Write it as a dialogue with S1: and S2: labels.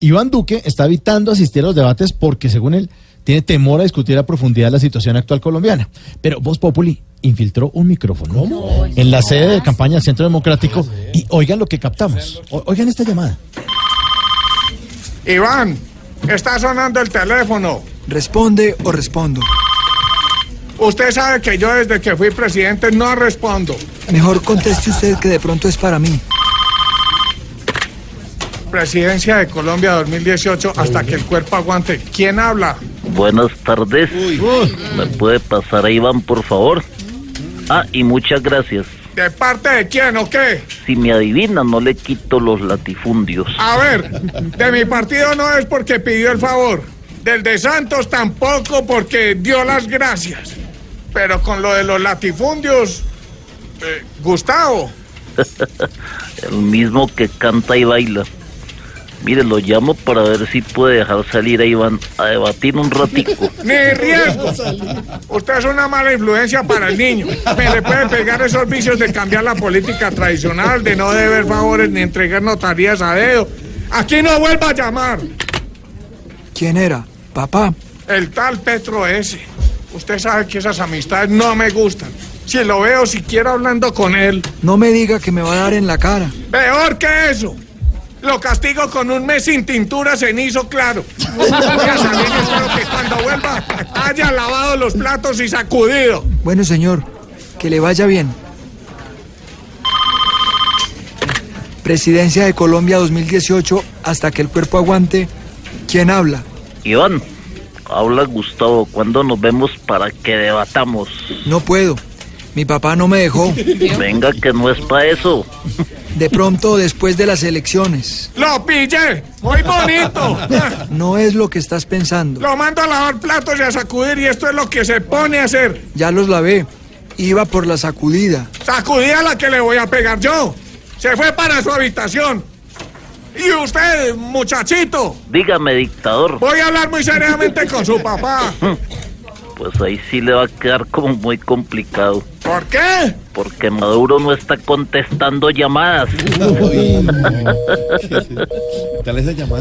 S1: Iván Duque está evitando asistir a los debates porque, según él, tiene temor a discutir a profundidad la situación actual colombiana. Pero Voz Populi infiltró un micrófono en la sede de campaña del Centro Democrático y oigan lo que captamos. O- oigan esta llamada.
S2: Iván, está sonando el teléfono.
S3: Responde o respondo.
S2: Usted sabe que yo desde que fui presidente no respondo.
S3: Mejor conteste usted que de pronto es para mí.
S2: Presidencia de Colombia 2018 hasta que el cuerpo aguante. ¿Quién habla?
S4: Buenas tardes. ¿Me puede pasar a Iván, por favor? Ah, y muchas gracias.
S2: ¿De parte de quién o qué?
S4: Si me adivina, no le quito los latifundios.
S2: A ver, de mi partido no es porque pidió el favor. Del de Santos tampoco porque dio las gracias. Pero con lo de los latifundios, eh, Gustavo,
S4: El mismo que canta y baila. Mire, lo llamo para ver si puede dejar salir a Iván a debatir un ratico.
S2: ni riesgo. Usted es una mala influencia para el niño. Me le puede pegar esos vicios de cambiar la política tradicional, de no deber favores ni entregar notarías a dedo. Aquí no vuelva a llamar.
S3: ¿Quién era? Papá.
S2: El tal Petro ese. Usted sabe que esas amistades no me gustan. Si lo veo siquiera hablando con él,
S3: No me diga que me va a dar en la cara.
S2: peor que eso. Lo castigo con un mes sin tintura cenizo, claro. Voy a salir y espero que cuando vuelva haya lavado los platos y sacudido.
S3: Bueno, señor, que le vaya bien. Presidencia de Colombia 2018 hasta que el cuerpo aguante. ¿Quién habla?
S4: Iván, habla Gustavo. ¿Cuándo nos vemos para que debatamos?
S3: No puedo. Mi papá no me dejó.
S4: Venga, que no es para eso.
S3: De pronto después de las elecciones.
S2: ¡Lo pillé! ¡Muy bonito!
S3: No es lo que estás pensando.
S2: Lo mando a lavar platos y a sacudir y esto es lo que se pone a hacer.
S3: Ya los lavé. Iba por la sacudida.
S2: Sacudida la que le voy a pegar yo. Se fue para su habitación. Y usted, muchachito,
S4: Dígame, dictador.
S2: voy a hablar muy seriamente con su papá.
S4: Pues ahí sí le va a quedar como muy complicado.
S2: ¿Por qué?
S4: Porque Maduro no está contestando llamadas.
S1: ¿Tal es la llamada?